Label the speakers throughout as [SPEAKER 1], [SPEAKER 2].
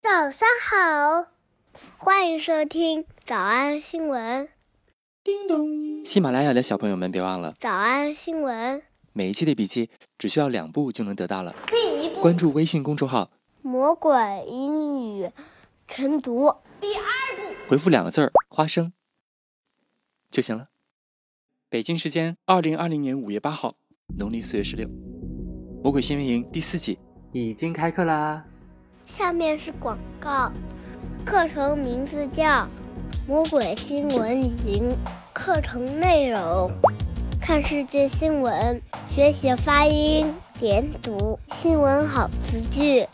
[SPEAKER 1] 早上好，欢迎收听早安新闻。
[SPEAKER 2] 叮咚！喜马拉雅的小朋友们，别忘了
[SPEAKER 1] 早安新闻，
[SPEAKER 2] 每一期的笔记只需要两步就能得到了。关注微信公众号，
[SPEAKER 1] 魔鬼英语晨读。
[SPEAKER 2] 回复两个字儿“花生”就行了。北京时间二零二零年五月八号，农历四月十六，魔鬼新闻营第四季已经开课啦！
[SPEAKER 1] 下面是广告，课程名字叫《魔鬼新闻营》，课程内容：看世界新闻，学习发音、连读、新闻好词句。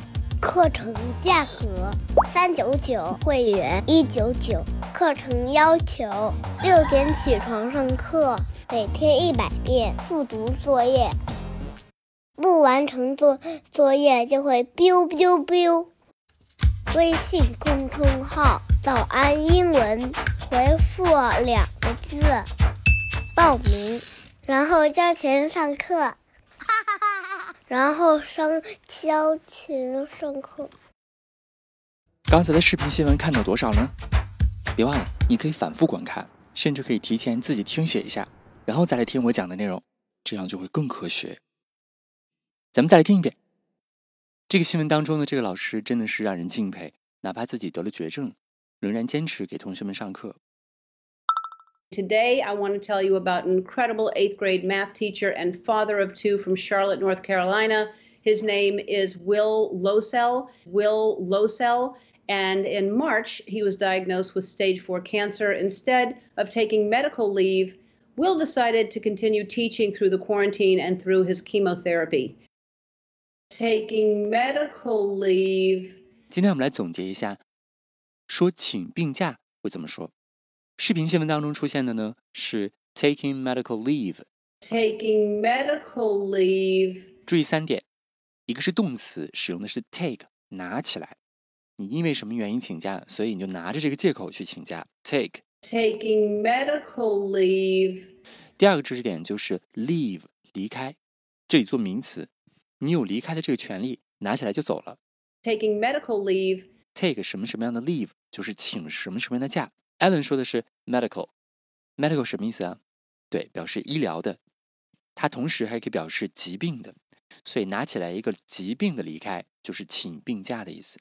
[SPEAKER 1] 课程价格三九九，会员一九九。课程要求六点起床上课，每天一百遍复读作业，不完成作作业就会 biu biu biu。微信公众号“早安英文”，回复两个字报名，然后交钱上课。然后上交钱上课。
[SPEAKER 2] 刚才的视频新闻看到多少呢？别忘了，你可以反复观看，甚至可以提前自己听写一下，然后再来听我讲的内容，这样就会更科学。咱们再来听一遍。这个新闻当中呢，这个老师真的是让人敬佩，哪怕自己得了绝症，仍然坚持给同学们上课。
[SPEAKER 3] Today, I want to tell you about an incredible eighth grade math teacher and father of two from Charlotte, North Carolina. His name is Will Losell. Will Losell. And in March, he was diagnosed with stage four cancer. Instead of taking medical leave, Will decided to continue teaching through the quarantine and through his chemotherapy. Taking medical leave
[SPEAKER 2] 今天我们来总结一下，说请病假会怎么说？视频新闻当中出现的呢是 taking medical leave，
[SPEAKER 3] taking medical leave
[SPEAKER 2] 注意三点，一个是动词，使用的是 take 拿起来，你因为什么原因请假，所以你就拿着这个借口去请假 take。
[SPEAKER 3] taking medical leave
[SPEAKER 2] 第二个知识点就是 leave 离开，这里做名词，你有离开的这个权利，拿起来就走了。
[SPEAKER 3] taking medical leave
[SPEAKER 2] take 什么什么样的 leave 就是请什么什么样的假。Allen 说的是 medical，medical 什么意思啊？对，表示医疗的，它同时还可以表示疾病的，所以拿起来一个疾病的离开就是请病假的意思。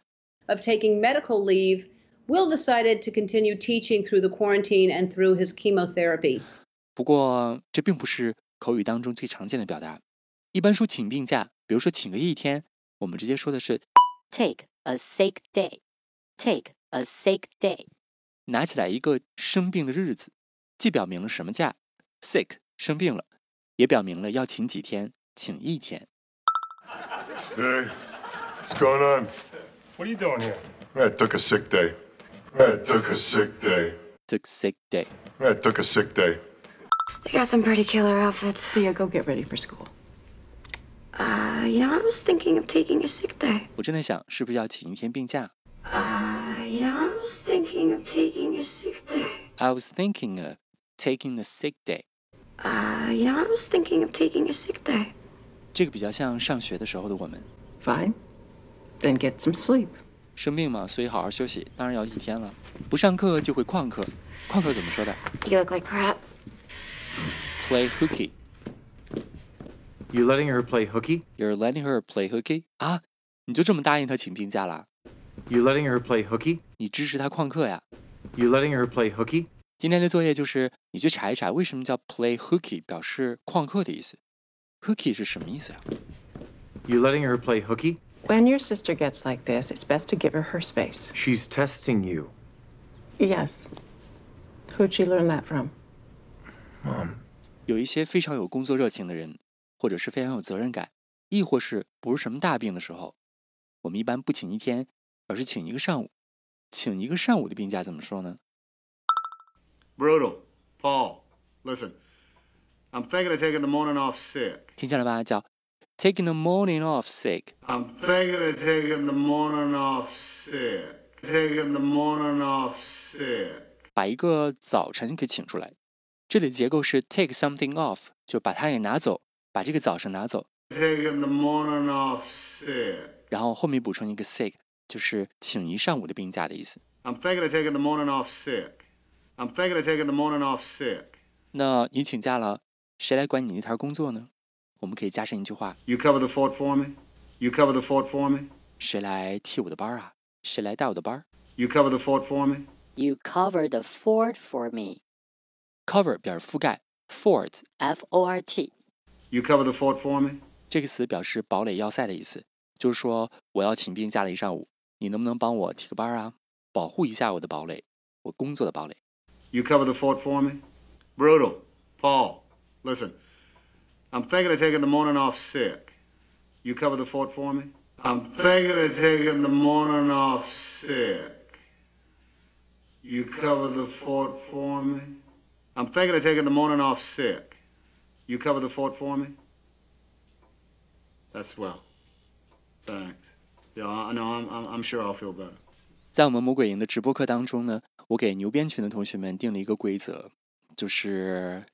[SPEAKER 3] of taking medical leave will decided to continue teaching through the quarantine and through his chemotherapy
[SPEAKER 2] 不过这并不是口语当中最常见的表达，一般说请病假，比如说请个一天，我们直接说的是
[SPEAKER 4] take a sick day. Take a sick day.
[SPEAKER 2] 拿起来一个生病的日子，既表明了什么假，sick 生病了，也表明了要请几天，请一天。
[SPEAKER 5] Hey, what's going on?
[SPEAKER 6] What are you doing here?
[SPEAKER 5] I took a sick day. I took a sick day.
[SPEAKER 2] took sick day。
[SPEAKER 5] I took a sick day.
[SPEAKER 7] They got some pretty killer outfits.
[SPEAKER 8] Thea, go get ready for school.
[SPEAKER 7] Uh, you know, I was thinking of taking a sick day.
[SPEAKER 2] 我正在想是不是要请一天病假。
[SPEAKER 7] Uh, you know, I was thinking of taking a sick day.
[SPEAKER 2] I was thinking of taking a sick day。
[SPEAKER 7] Uh, you know, I was thinking of taking a sick day.
[SPEAKER 2] 这个比较像上学的时候的我们，
[SPEAKER 8] Fine. Then get some sleep.
[SPEAKER 2] 生病嘛，所以好好休息，当然要一天了。不上课就会旷课，旷课怎么说的
[SPEAKER 7] You look like crap.
[SPEAKER 2] ？Play hooky。
[SPEAKER 9] You letting her play hooky?
[SPEAKER 2] You're letting her play hooky 啊？你就这么答应她请病假啦？
[SPEAKER 9] You letting her play hooky?
[SPEAKER 2] 你支持她旷课呀？
[SPEAKER 9] You letting her play hooky?
[SPEAKER 2] 今天的作业就是你去查一查为什么叫 play hooky，表示旷课的意思。Hooky 是什么意思呀、
[SPEAKER 9] You letting her play hooky?
[SPEAKER 8] When your sister gets like this, it's best to give her her space.
[SPEAKER 9] She's testing you.
[SPEAKER 8] Yes. Who'd she learn that from?
[SPEAKER 2] 有一些非常有工作热情的人，或者是非常有责任感，亦或是不是什么大病的时候，我们一般不请一天，而是请一个上午。请一个上午的病假怎么说呢？
[SPEAKER 10] Brutal. Paul, listen. I'm thinking of taking the morning off sick.
[SPEAKER 2] 听见了吧？叫 taking the morning off sick。
[SPEAKER 10] I'm thinking of taking the morning off sick. Taking the morning off sick.
[SPEAKER 2] 把一个早晨给请出来。这里的结构是 take something off，就把它给拿走，把这个早晨拿走，
[SPEAKER 10] Taking the morning off sick.
[SPEAKER 2] 然后后面补充一个 sick，就是请一上午的病假的意思。
[SPEAKER 10] I'm thinking of taking the morning off sick. I'm thinking of taking the morning off sick.
[SPEAKER 2] 那你请假了，谁来管你那摊工作呢？我们可以加上一句话：
[SPEAKER 10] You cover the fort for me? You cover the fort for me?
[SPEAKER 2] 谁来替我的班儿啊？谁来带我的班儿
[SPEAKER 10] You cover the fort for me?
[SPEAKER 4] You cover the fort for me.
[SPEAKER 2] ？Cover 表示覆盖，fort
[SPEAKER 4] F O R T.
[SPEAKER 10] You cover the fort for me?
[SPEAKER 2] 这个词表示堡垒要塞的意思，就是说我要请病假了一上午，你能不能帮我替个班儿啊？保护一下我的堡垒，我工作的堡垒。
[SPEAKER 10] You cover the fort for me? Brutal. Paul, listen. I'm thinking of taking the morning off sick. You cover the fort for me? I'm thinking of taking the morning off sick. You cover the fort for me? I'm thinking of taking the morning off sick. You cover the fort for me? That's swell. Thanks. Yeah, I know, I'm, I'm, I'm sure I'll feel better.
[SPEAKER 2] 在我们魔鬼营的直播课当中呢，我给牛鞭群的同学们定了一个规则，就是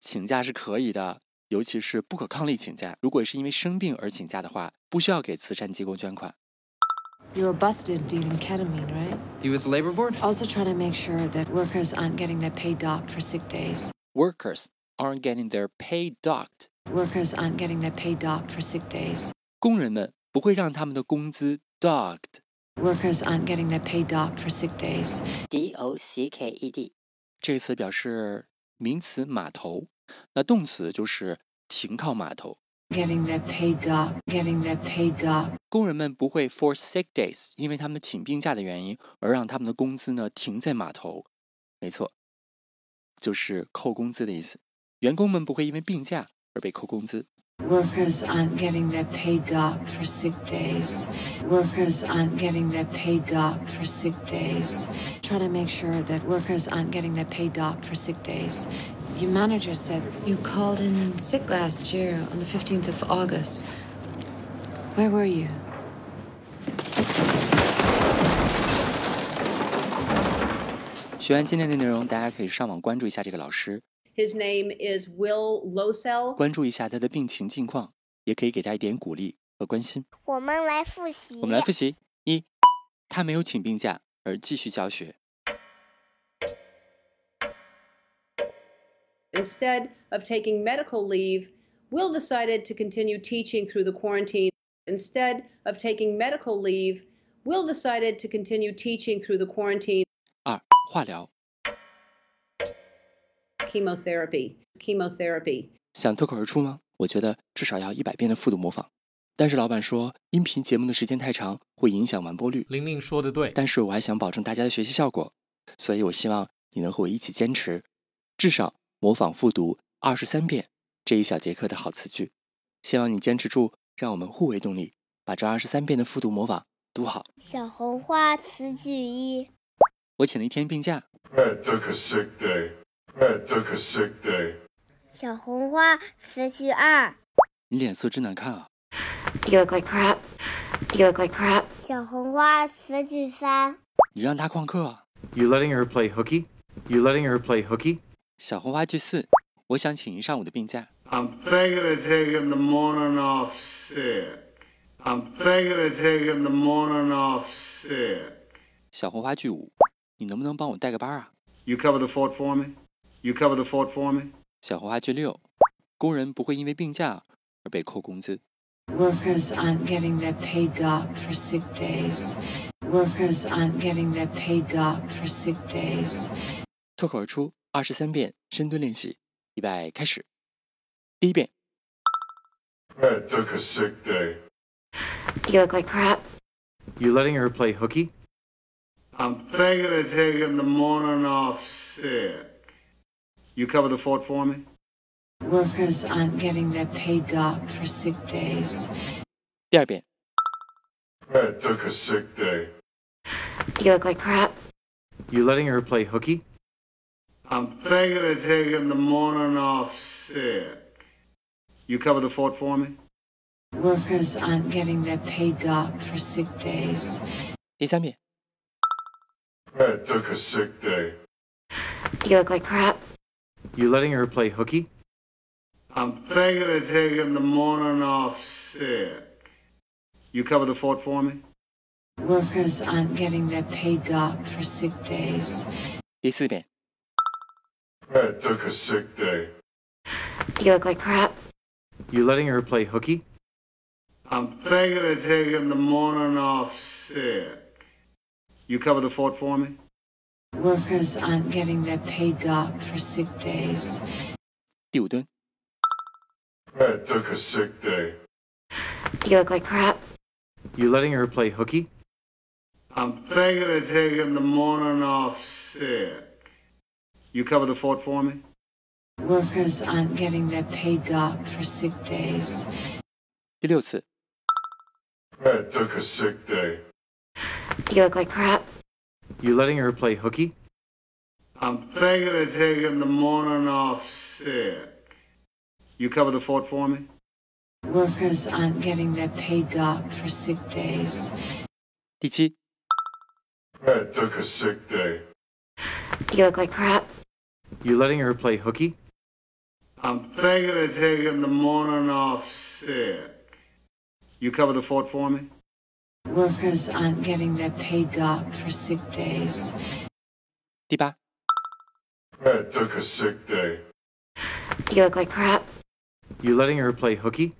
[SPEAKER 2] 请假是可以的，尤其是不可抗力请假。如果是因为生病而请假的话，不需要给慈善机构捐款。
[SPEAKER 6] You were busted dealing ketamine, right?
[SPEAKER 9] You with the labor board?
[SPEAKER 6] Also trying to make sure that workers aren't getting their pay docked for sick days.
[SPEAKER 2] Workers aren't getting their pay docked，
[SPEAKER 6] Workers aren't getting their pay docked for sick days.
[SPEAKER 2] 工人们不会让他们的工资 docked。
[SPEAKER 6] Workers aren't getting their pay docked for sick days.
[SPEAKER 4] D O C K E D.
[SPEAKER 2] 这个词表示名词码头，那动词就是停靠码头。
[SPEAKER 6] Getting their pay docked. Getting their pay docked.
[SPEAKER 2] 工人们不会 for sick days，因为他们请病假的原因，而让他们的工资呢停在码头。没错，就是扣工资的意思。员工们不会因为病假而被扣工资。
[SPEAKER 6] Workers aren't getting their pay docked for sick days. Workers aren't getting their pay docked for sick days. Trying to make sure that workers aren't getting their pay docked for sick days. Your manager said you called in sick last year on the 15th of August. Where were you?
[SPEAKER 2] 学完今天的内容，大家可以上网关注一下这个老师，
[SPEAKER 3] His name is Will Losell.
[SPEAKER 2] 关注一下他的病情近况，也可以给他一点鼓励和关心。
[SPEAKER 1] 我们来复习。
[SPEAKER 2] 我们来复习：一，他没有请病假而继续教学；
[SPEAKER 3] Instead of taking medical leave, Will decided to continue teaching through the quarantine. Instead of taking medical leave, Will decided to continue teaching through the quarantine
[SPEAKER 2] 二，化疗。
[SPEAKER 3] chemotherapy. Chemotherapy.
[SPEAKER 2] 想脱口而出吗？我觉得至少要一百遍的复读模仿。但是老板说，音频节目的时间太长，会影响完播率。
[SPEAKER 11] 玲玲说的对，
[SPEAKER 2] 但是我还想保证大家的学习效果，所以我希望你能和我一起坚持，至少模仿复读二十三遍这一小节课的好词句。希望你坚持住，让我们互为动力，把这二十三遍的复读模仿读好。
[SPEAKER 1] 小红花词句一，
[SPEAKER 2] 我请了一天病假，
[SPEAKER 5] Brad took a sick day. Brad took a sick day.
[SPEAKER 1] 小红花词句二，
[SPEAKER 2] 你脸色真难看啊！
[SPEAKER 7] You look like crap. You look like crap.
[SPEAKER 1] 小红花词句三，
[SPEAKER 2] 你让他旷课啊！
[SPEAKER 9] You letting her play hooky? You letting her play hooky?
[SPEAKER 2] 小红花句四，我想请一上午的病假。
[SPEAKER 10] I'm thinking of taking the morning off sick. I'm thinking of taking the morning off sick.
[SPEAKER 2] 小红花句五，你能不能帮我带个班啊？
[SPEAKER 10] You cover the fort for me? You cover the fort for me?
[SPEAKER 2] 小红花句六，工人不会因为病假而被扣工资。
[SPEAKER 6] Workers aren't getting their pay docked for sick days. Workers aren't getting their pay docked for sick days.
[SPEAKER 2] 脱口而出二十三遍深蹲练习，预备开始。第一遍，
[SPEAKER 5] Brad took a sick day.
[SPEAKER 7] You look like crap.
[SPEAKER 9] You letting her play hooky?
[SPEAKER 10] I'm thinking of taking the morning off sick. You cover the fort for me?
[SPEAKER 6] Workers aren't getting their pay docked for sick days.
[SPEAKER 2] 第二遍，
[SPEAKER 5] Brad took a sick day.
[SPEAKER 7] You look like crap.
[SPEAKER 9] You letting her play hooky?
[SPEAKER 10] I'm thinking of taking the morning off sick. You cover the fort for me?
[SPEAKER 6] Workers aren't getting their pay docked for sick days.
[SPEAKER 2] 第三遍，
[SPEAKER 5] Brad took a sick day.
[SPEAKER 7] You look like crap.
[SPEAKER 9] You letting her play hooky?
[SPEAKER 10] I'm thinking of taking the morning off sick. You cover the fort for me?
[SPEAKER 6] Workers aren't getting their pay docked for sick days.
[SPEAKER 2] 第四遍，
[SPEAKER 5] Brad took a sick day.
[SPEAKER 7] You look like crap.
[SPEAKER 9] You letting her play hooky?
[SPEAKER 10] I'm thinking of taking the morning off sick. You cover the fort for me?
[SPEAKER 6] Workers aren't getting their pay docked for sick days.
[SPEAKER 2] 第五蹲，
[SPEAKER 5] Brad took a sick day.
[SPEAKER 7] You look like crap.
[SPEAKER 9] You letting her play hooky?
[SPEAKER 10] I'm thinking of taking the morning off sick. You cover the fort for me?
[SPEAKER 6] Workers aren't getting their pay docked for sick days.
[SPEAKER 2] 第六次，
[SPEAKER 5] Brad took a sick day.
[SPEAKER 7] You look like crap.
[SPEAKER 9] You letting her play hooky?
[SPEAKER 10] I'm thinking of taking the morning off sick. You cover the fort for me?
[SPEAKER 6] Workers aren't getting their pay docked for sick days.
[SPEAKER 2] 第七，
[SPEAKER 5] Brad took a sick day.
[SPEAKER 7] You look like crap.
[SPEAKER 9] You letting her play hooky?
[SPEAKER 10] I'm thinking of taking the morning off sick. You cover the fort for me?
[SPEAKER 6] Workers aren't getting their pay docked for sick days.
[SPEAKER 2] 第八，
[SPEAKER 5] Brad took a sick day.
[SPEAKER 7] You look like crap.
[SPEAKER 9] You letting her play hooky?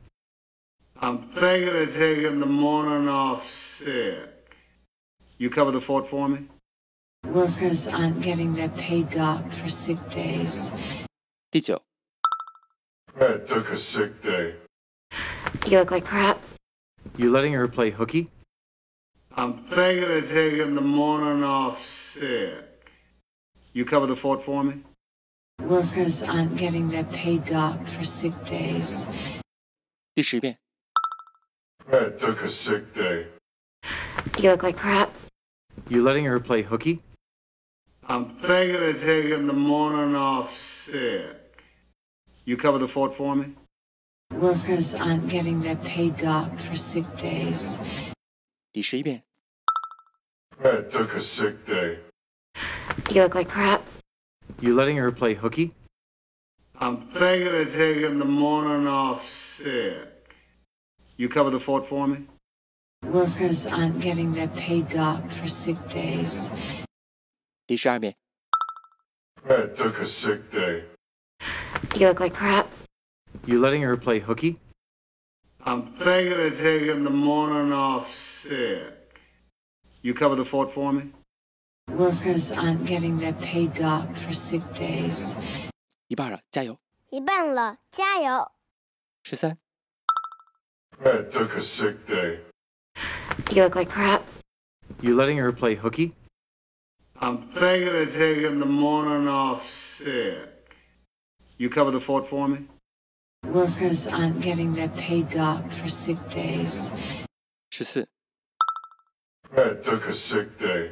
[SPEAKER 10] I'm thinking of taking the morning off sick. You cover the fort for me?
[SPEAKER 6] Workers aren't getting their pay docked for sick days.
[SPEAKER 2] 第九，
[SPEAKER 5] Brad took a sick day.
[SPEAKER 7] You look like crap.
[SPEAKER 9] You letting her play hooky?
[SPEAKER 10] I'm thinking of taking the morning off sick. You cover the fort for me?
[SPEAKER 6] Workers aren't getting their pay docked for sick days.
[SPEAKER 2] 第十遍，
[SPEAKER 5] Brad took a sick day.
[SPEAKER 7] You look like crap.
[SPEAKER 9] You letting her play hooky?
[SPEAKER 10] I'm thinking of taking the morning off sick. You cover the fort for me?
[SPEAKER 6] Workers aren't getting their pay docked for sick days.
[SPEAKER 2] 第十一遍，
[SPEAKER 5] Brad took a sick day.
[SPEAKER 7] You look like crap.
[SPEAKER 9] You letting her play hooky?
[SPEAKER 10] I'm thinking of taking the morning off sick. You cover the fort for me?
[SPEAKER 6] Workers aren't getting their pay docked for sick days.
[SPEAKER 2] 第十二遍，
[SPEAKER 5] Brad took a sick day.
[SPEAKER 7] You look like crap.
[SPEAKER 9] You letting her play hooky?
[SPEAKER 10] I'm thinking of taking the morning off sick. You cover the fort for me?
[SPEAKER 6] Workers aren't getting their pay docked for sick days.
[SPEAKER 2] 一半了，加油！
[SPEAKER 1] 一半了，加油！
[SPEAKER 2] 十三、
[SPEAKER 5] Brad took a sick day.
[SPEAKER 7] You look like crap.
[SPEAKER 9] You letting her play hooky?
[SPEAKER 10] I'm thinking of taking the morning off sick. You cover the fort for me?
[SPEAKER 6] Workers aren't getting their pay docked for sick days.
[SPEAKER 2] 十四、
[SPEAKER 5] Brad took a sick day.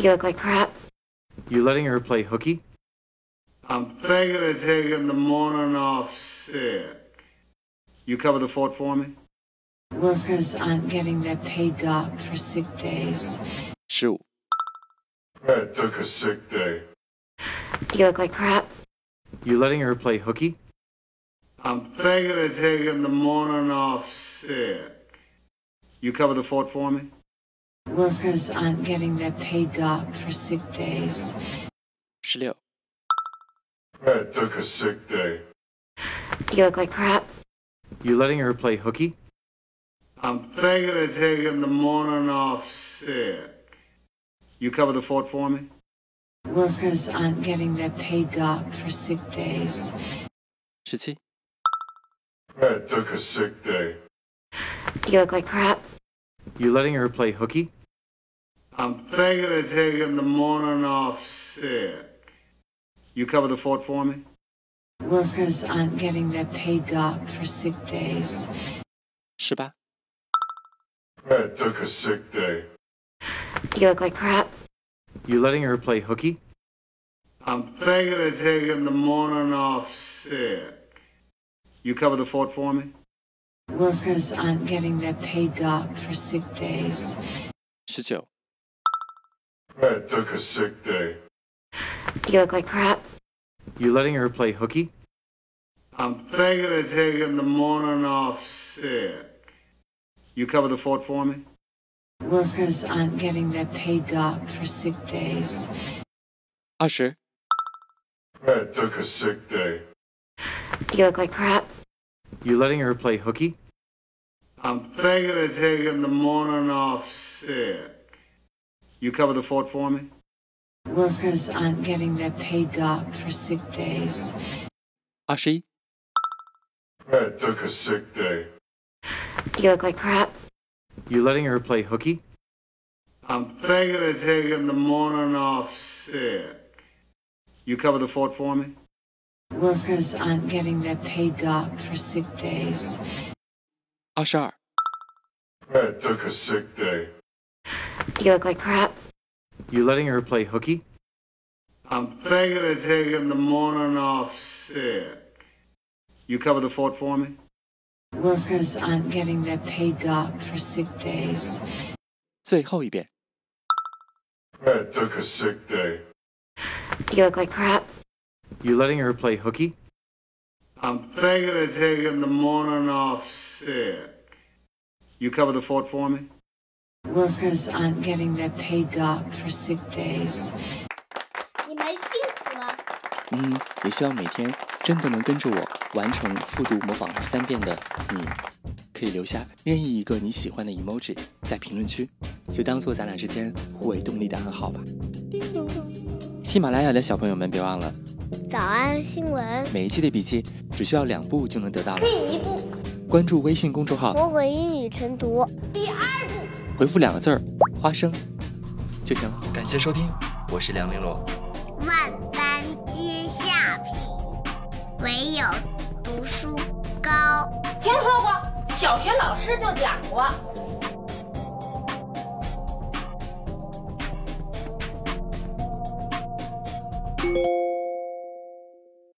[SPEAKER 7] You look like crap.
[SPEAKER 9] You letting her play hooky?
[SPEAKER 10] I'm thinking of taking the morning off sick. You cover the fort for me?
[SPEAKER 6] Workers aren't getting their pay docked for sick days.
[SPEAKER 2] 十五、
[SPEAKER 5] Brad took a sick day.
[SPEAKER 7] You look like crap.
[SPEAKER 9] You letting her play hooky?
[SPEAKER 10] I'm thinking of taking the morning off sick. You cover the fort for me?
[SPEAKER 6] Workers aren't getting their pay docked for sick days.
[SPEAKER 2] 十六、
[SPEAKER 5] Brad took a sick day.
[SPEAKER 7] You look like crap.
[SPEAKER 9] You letting her play hooky?
[SPEAKER 10] I'm thinking of taking the morning off sick. You cover the fort for me?
[SPEAKER 6] Workers aren't getting their pay docked for sick days.
[SPEAKER 2] 十七、
[SPEAKER 5] Brad took a sick day.
[SPEAKER 7] You look like crap.
[SPEAKER 9] You letting her play hooky?
[SPEAKER 10] I'm thinking of taking the morning off sick. You cover the fort for me?
[SPEAKER 6] Workers aren't getting their pay docked for sick days.
[SPEAKER 2] 十八、
[SPEAKER 5] Brad took a sick day.
[SPEAKER 7] You look like crap.
[SPEAKER 9] You letting her play hooky?
[SPEAKER 10] I'm thinking of taking the morning off sick. You cover the fort for me?
[SPEAKER 6] Workers aren't getting their pay docked for sick days.
[SPEAKER 2] 十九、
[SPEAKER 5] Brad took a sick day.
[SPEAKER 7] You look like crap.
[SPEAKER 9] You letting her play hooky?
[SPEAKER 10] I'm thinking of taking the morning off sick. You cover the fort for me?
[SPEAKER 6] Workers aren't getting their pay docked for sick days.
[SPEAKER 2] 二十、
[SPEAKER 5] Brad took a sick day.
[SPEAKER 7] You look like crap.
[SPEAKER 9] You letting her play hooky?
[SPEAKER 10] I'm thinking of taking the morning off sick. You cover the fort for me?
[SPEAKER 6] Workers aren't getting their pay docked for sick days.
[SPEAKER 2] 二十一、
[SPEAKER 5] Brad took a sick day.
[SPEAKER 7] You look like crap.
[SPEAKER 9] You letting her play hooky?
[SPEAKER 10] I'm thinking of taking the morning off sick. You cover the fort for me?
[SPEAKER 6] Workers aren't getting their pay docked for sick days.
[SPEAKER 2] 二十二、
[SPEAKER 5] Brad took a sick day.
[SPEAKER 7] You look like crap.
[SPEAKER 9] You letting her play hooky?
[SPEAKER 10] I'm thinking of taking the morning off sick. You cover the fort for me?
[SPEAKER 6] Workers aren't getting their pay docked for sick days.
[SPEAKER 2] 最后一遍。
[SPEAKER 5] Brad took a sick day.
[SPEAKER 7] You look like crap.
[SPEAKER 9] You letting her play hooky?
[SPEAKER 10] I'm thinking of taking the morning off sick. You cover the fort for me?
[SPEAKER 6] Workers aren't getting their pay docked for sick days.
[SPEAKER 1] 你们辛苦了。
[SPEAKER 2] 嗯，也希望每天真的能跟着我完成复读模仿三遍的你，可以留下任意一个你喜欢的 emoji 在评论区，就当做咱俩之间互为动力的暗号吧。喜马拉雅的小朋友们，别忘了
[SPEAKER 1] 早安新闻，
[SPEAKER 2] 每一期的笔记只需要两步就能得到了。
[SPEAKER 1] 第一步，
[SPEAKER 2] 关注微信公众号，
[SPEAKER 1] 魔鬼英语晨读。
[SPEAKER 2] 回复两个字儿“花生”就行了。感谢收听，我是梁玲珑。
[SPEAKER 11] 万般皆下品，唯有读书高。
[SPEAKER 12] 听说过，小学老师就讲过。